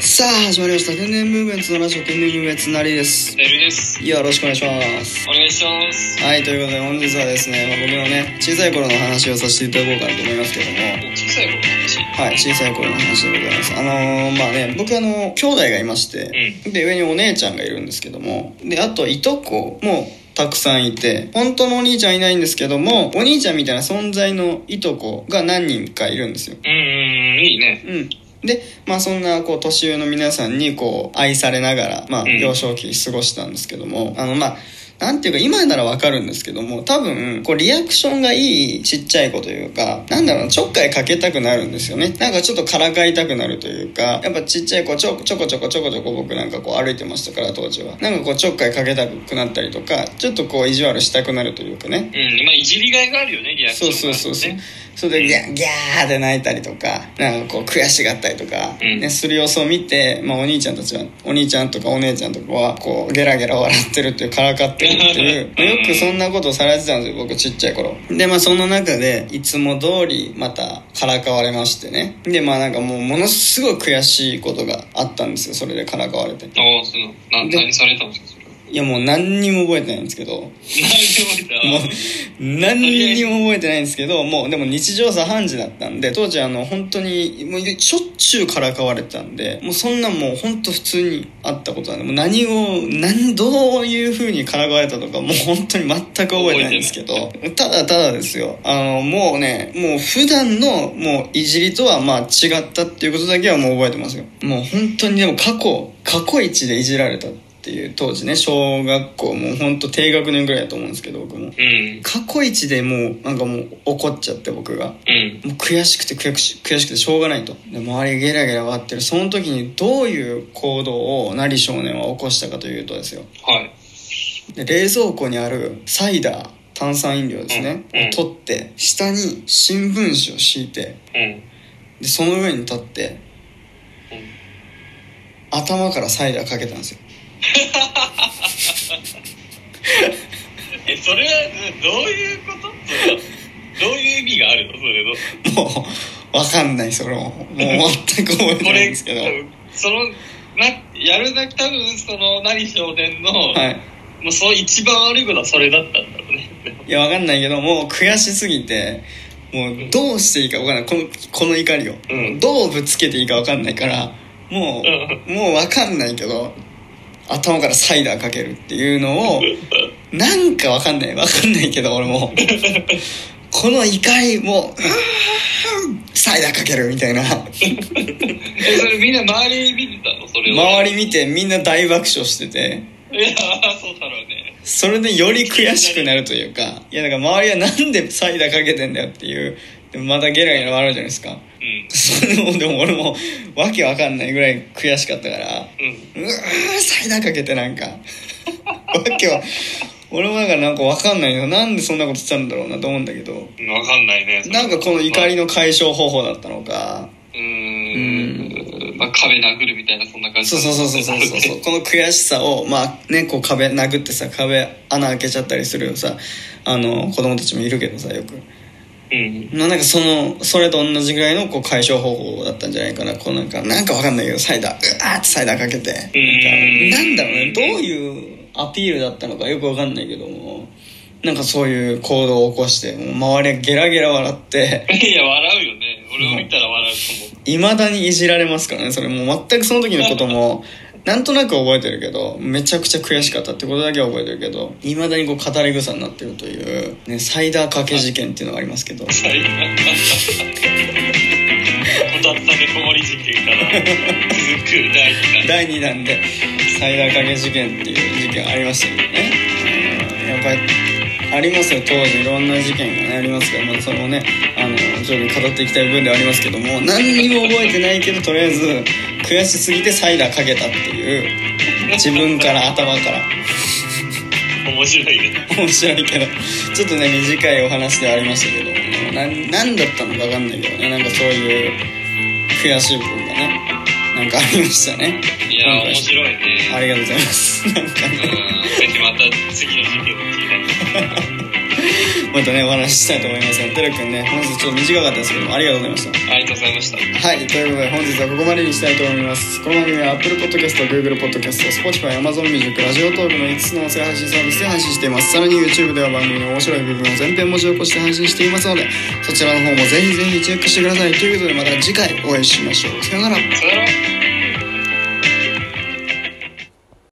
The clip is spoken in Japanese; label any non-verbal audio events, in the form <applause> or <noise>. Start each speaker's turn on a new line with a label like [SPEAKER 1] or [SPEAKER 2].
[SPEAKER 1] 始まりました。天然ムーブメントのラジオ、天然ムーブメントなりです。
[SPEAKER 2] デルです。
[SPEAKER 1] よろしくお願いします。
[SPEAKER 2] お願いします。
[SPEAKER 1] はい、ということで本日はですね、まあ、僕のね、小さい頃の話をさせていただこうかなと思いますけども、
[SPEAKER 2] 小さい頃の話。
[SPEAKER 1] はい、小さい頃の話でございます。あのー、まあね、僕あの、兄弟がいまして、で、上にお姉ちゃんがいるんですけども、で、あと、いとこも、たくさんいて本当のお兄ちゃんいないんですけどもお兄ちゃんみたいな存在のいとこが何人かいるんですよ
[SPEAKER 2] うんうん、いいね。
[SPEAKER 1] うん、で、まあ、そんなこう年上の皆さんにこう愛されながら、まあ、
[SPEAKER 2] うん
[SPEAKER 1] 幼少期過ごしたんですけども、あのまあなんていうか今ならわかるんですけども多分こうリアクションがいいちっちゃい子というかなんだろうなちょっかいかけたくなるんですよねなんかちょっとからかいたくなるというかやっぱちっちゃい子ちょちょこちょこちょこちょこ僕なんかこう歩いてましたから当時はなんかこうちょっかいかけたくなったりとかちょっとこう意地悪したくなるというかね
[SPEAKER 2] うん、まあ、いじりがいがあるよね、リアクショ
[SPEAKER 1] そう
[SPEAKER 2] ンが、ね。
[SPEAKER 1] そうそうそう。それでギャーギャーって泣いたりとかなんかこう悔しがったりとか、
[SPEAKER 2] うん
[SPEAKER 1] ね、する様子を見て、まあ、お兄ちゃんたちはお兄ちゃんとかお姉ちゃんとかはこうゲラゲラ笑ってるっていうからかってるっていうまあ
[SPEAKER 2] <laughs>
[SPEAKER 1] よくそんなことをされてたんですよ僕ちっちゃい頃でまあその中でいつも通りまたからかわれましてねでまあなんかもうものすごい悔しいことがあったんですよそれでからかわれて
[SPEAKER 2] ああ、そうな。な
[SPEAKER 1] で
[SPEAKER 2] 何されたんですか、それ。
[SPEAKER 1] いやもう何にも覚えてないんですけど
[SPEAKER 2] 何で
[SPEAKER 1] もう
[SPEAKER 2] 覚
[SPEAKER 1] 何にも覚えてないんですけどもうでも日常茶飯事だったんで当時あの本当にもうしょっちゅうからかわれてたんでもうそんなもう本当普通にあったことなんでもう何を何どういう風にからかわれたとかもう本当に全く覚えてないんですけどただただですよあのもうねもう普段のもういじりとはまあ違ったっていうことだけはもう覚えてますよもう本当にでも過去過去一でいじられたっていう当時ね小学校もう本当低学年ぐらいだと思うんですけど僕も
[SPEAKER 2] え
[SPEAKER 1] 過去一でもうなんかもう怒っちゃって僕が
[SPEAKER 2] たうん。うん。
[SPEAKER 1] もう悔しくて悔し悔しくてしょうがないとで周りゲラゲラ笑ってるその時にどういう行動を成少年は起こしたかというとですよ
[SPEAKER 2] はい。
[SPEAKER 1] で冷蔵庫にあるサイダー炭酸飲料ですね、
[SPEAKER 2] うんうん
[SPEAKER 1] を取って下に新聞紙を敷いて
[SPEAKER 2] うん。
[SPEAKER 1] でその上に立って頭からサイダーかけたんですよ
[SPEAKER 2] え、それは、どういうことそれはどういう意味があるのそれの。
[SPEAKER 1] もうわかんないそれももう全く覚えてないんですけど
[SPEAKER 2] 多分その、な、やるだけ多分、その、何少年の、
[SPEAKER 1] はい
[SPEAKER 2] もうその一番悪いことはそれだったんだろうね。
[SPEAKER 1] いや、わかんないけど、もう悔しすぎて、もうどうしていいかわかんない。この、この怒りを。
[SPEAKER 2] うん
[SPEAKER 1] どうぶつけていいかわかんないから、もう、もうわかんないけど、頭からサイダーかけるっていうのを、なんかわかんない。わかんないけど、俺も。この怒りも、うんサイダーかけるみたいな。
[SPEAKER 2] え、それみんな周り見てたのそれを。
[SPEAKER 1] 周り見てみんな大爆笑してて。
[SPEAKER 2] いやーそうだろうね。
[SPEAKER 1] それでより悔しくなるというかいやだから周りはなんでサイダーかけてんだよっていうでもまたゲラゲラ笑うじゃないですか
[SPEAKER 2] うん。
[SPEAKER 1] それもでも俺もわけわかんないぐらい悔しかったから
[SPEAKER 2] うん。
[SPEAKER 1] うわーサイダーかけてなんかわけは俺もだからなんかわかんないよなんでそんなことしたんだろうなと思うんだけど
[SPEAKER 2] わかんないね。
[SPEAKER 1] なんかこの怒りの解消方法だったのか
[SPEAKER 2] うーん。まあ、壁殴るみたいな、そんな感じ。。
[SPEAKER 1] そうそうそうそうそうそうそううこの悔しさをまあねこう壁殴ってさ壁穴開けちゃったりするさあの子供たちもいるけどさよく
[SPEAKER 2] うん。
[SPEAKER 1] まあなんかそのそれと同じぐらいのこう解消方法だったんじゃないかなこうなんかなんかわかんないけどサイダーうわーってサイダーかけて
[SPEAKER 2] ん
[SPEAKER 1] なんかなんだろうねどういうアピールだったのかよくわかんないけどもなんかそういう行動を起こしてもう周りがゲラゲラ笑って
[SPEAKER 2] いや、笑うよね。俺を見たら笑うと思
[SPEAKER 1] いまだにいじられますからねそれもう全くその時のこともなんとなく覚えてるけどめちゃくちゃ悔しかったってことだけは覚えてるけどいまだにこう語り草になってるという、ね、サイダー掛け事件っていうのがありますけど
[SPEAKER 2] う。最後。こたつたてこもり事件から続く第2弾。
[SPEAKER 1] 第2弾でサイダー掛け事件っていう事件ありましたけどねうんやっぱりありますよ当時いろんな事件が、ね、ありますから、まあ、それをねあの徐々に語っていきたい部分ではありますけども何にも覚えてないけどとりあえず悔しすぎてサイダーかけたっていう自分から頭から。
[SPEAKER 2] 面白いね。
[SPEAKER 1] 面白いけどちょっとね短いお話ではありましたけどもなんなんだったのか分かんないけどねなんかそういう悔しい部分がねなんかありましたね
[SPEAKER 2] いや、面
[SPEAKER 1] い
[SPEAKER 2] 白いね。
[SPEAKER 1] ありがとうございますなんか <laughs>
[SPEAKER 2] うん
[SPEAKER 1] ね。
[SPEAKER 2] ぜひまた次の事件を聞いて。
[SPEAKER 1] またね、お話ししたいと思いますので、てるくんね、本日ちょっと短かったですけども、ありがとうございました。
[SPEAKER 2] ありがとうございました。
[SPEAKER 1] はい、ということで本日はここまでにしたいと思います。この番組は Apple Podcast、Google Podcast、Spotify、Amazon Music、ラジオトークの5つの音声配信サービスで配信しています。さらに YouTube では番組の面白い部分を全編文字起こして配信していますので、そちらの方もぜひぜひチェックしてください。ということでまた次回お会いしましょう。さよなら。
[SPEAKER 2] さよなら。